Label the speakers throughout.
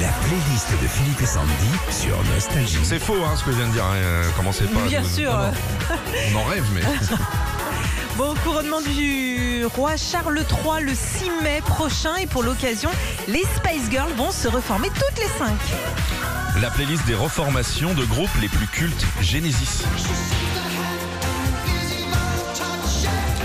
Speaker 1: La playlist de Philippe et Sandy sur Nostalgie.
Speaker 2: C'est faux hein, ce que je viens de dire, hein. commencez pas.
Speaker 3: Bien
Speaker 2: nous-
Speaker 3: sûr.
Speaker 2: non, non. On en rêve, mais.
Speaker 3: Bon, couronnement du roi Charles III le 6 mai prochain et pour l'occasion, les Spice Girls vont se reformer toutes les cinq.
Speaker 2: La playlist des reformations de groupes les plus cultes, Genesis.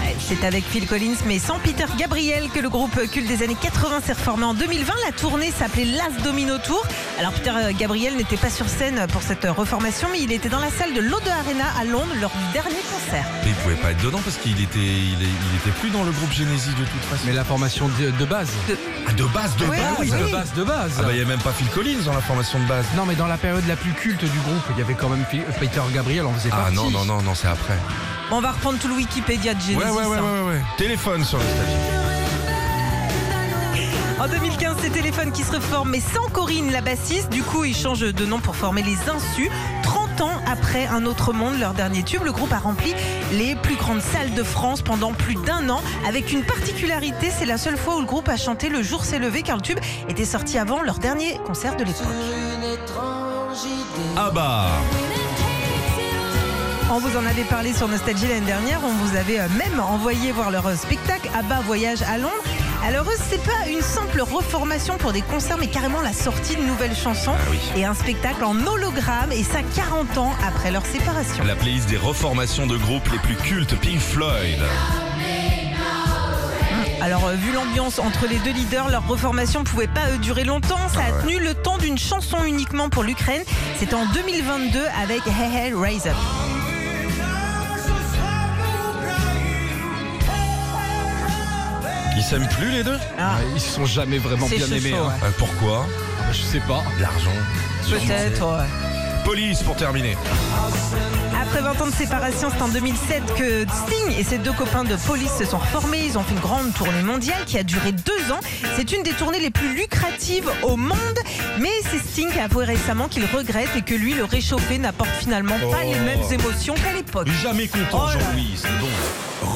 Speaker 3: Ouais, C'est avec Phil Collins mais sans Peter Gabriel que le groupe culte des années 80 s'est reformé en 2020. La tournée s'appelait Last Domino Tour. Alors Peter euh, Gabriel n'était pas sur scène pour cette reformation mais il était dans la salle de l'Ode Arena à Londres lors du dernier concert.
Speaker 2: Mais il pouvait pas être dedans parce qu'il était, il, est- il était plus dans le groupe Genesis de toute façon.
Speaker 4: Mais la formation de, de base.
Speaker 2: Ah, de base, de
Speaker 3: Oui,
Speaker 2: base.
Speaker 3: oui,
Speaker 4: De base, de base.
Speaker 2: Ah bah il y a même pas Phil Collins dans la formation de base.
Speaker 4: Non, mais dans la période la plus culte du groupe, il y avait quand même P- Peter Gabriel, on faisait
Speaker 2: Ah
Speaker 4: partie.
Speaker 2: non non non non, c'est après.
Speaker 3: Bon, on va reprendre tout le Wikipédia de Genesis.
Speaker 2: Ouais ouais ouais ouais
Speaker 3: hein.
Speaker 2: ouais. ouais. Téléphone sur le stage.
Speaker 3: En 2015, c'est Téléphone qui se reforme, mais sans Corinne, la bassiste. Du coup, ils changent de nom pour former les Insus. 30 ans après Un autre monde, leur dernier tube, le groupe a rempli les plus grandes salles de France pendant plus d'un an. Avec une particularité, c'est la seule fois où le groupe a chanté Le jour s'est levé, car le tube était sorti avant leur dernier concert de l'époque.
Speaker 2: Ah bah.
Speaker 3: On vous en avait parlé sur Nostalgie l'année dernière. On vous avait euh, même envoyé voir leur euh, spectacle à bas voyage à Londres. Alors eux, c'est pas une simple reformation pour des concerts, mais carrément la sortie de nouvelles chansons
Speaker 2: Ah oui.
Speaker 3: et un spectacle en hologramme. Et ça, 40 ans après leur séparation.
Speaker 2: La playlist des reformations de groupes les plus cultes, Pink Floyd.
Speaker 3: Alors euh, vu l'ambiance entre les deux leaders, leur reformation pouvait pas euh, durer longtemps. Ça
Speaker 4: Ah
Speaker 3: a tenu le temps d'une chanson uniquement pour l'Ukraine. C'était en 2022 avec Hey Hey Raise Up.
Speaker 2: Ils s'aiment plus les deux
Speaker 3: Ah,
Speaker 4: Ils se sont jamais vraiment
Speaker 3: C'est
Speaker 4: bien
Speaker 3: chaud,
Speaker 4: aimés.
Speaker 3: chaud,
Speaker 4: hein.
Speaker 3: ouais.
Speaker 2: Euh, Pourquoi
Speaker 4: Ah, Je sais pas.
Speaker 2: L'argent.
Speaker 3: Peut-être. ouais.
Speaker 2: Police pour terminer.
Speaker 3: Après 20 ans de séparation, c'est en 2007 que Sting et ses deux copains de police se sont reformés. Ils ont fait une grande tournée mondiale qui a duré deux ans. C'est une des tournées les plus lucratives au monde. Mais c'est Sting qui a avoué récemment qu'il regrette et que lui, le réchauffé, n'apporte finalement pas
Speaker 2: Oh.
Speaker 3: les mêmes émotions qu'à l'époque.
Speaker 2: Jamais content
Speaker 3: Oh là.
Speaker 2: Jean-Louis, c'est bon.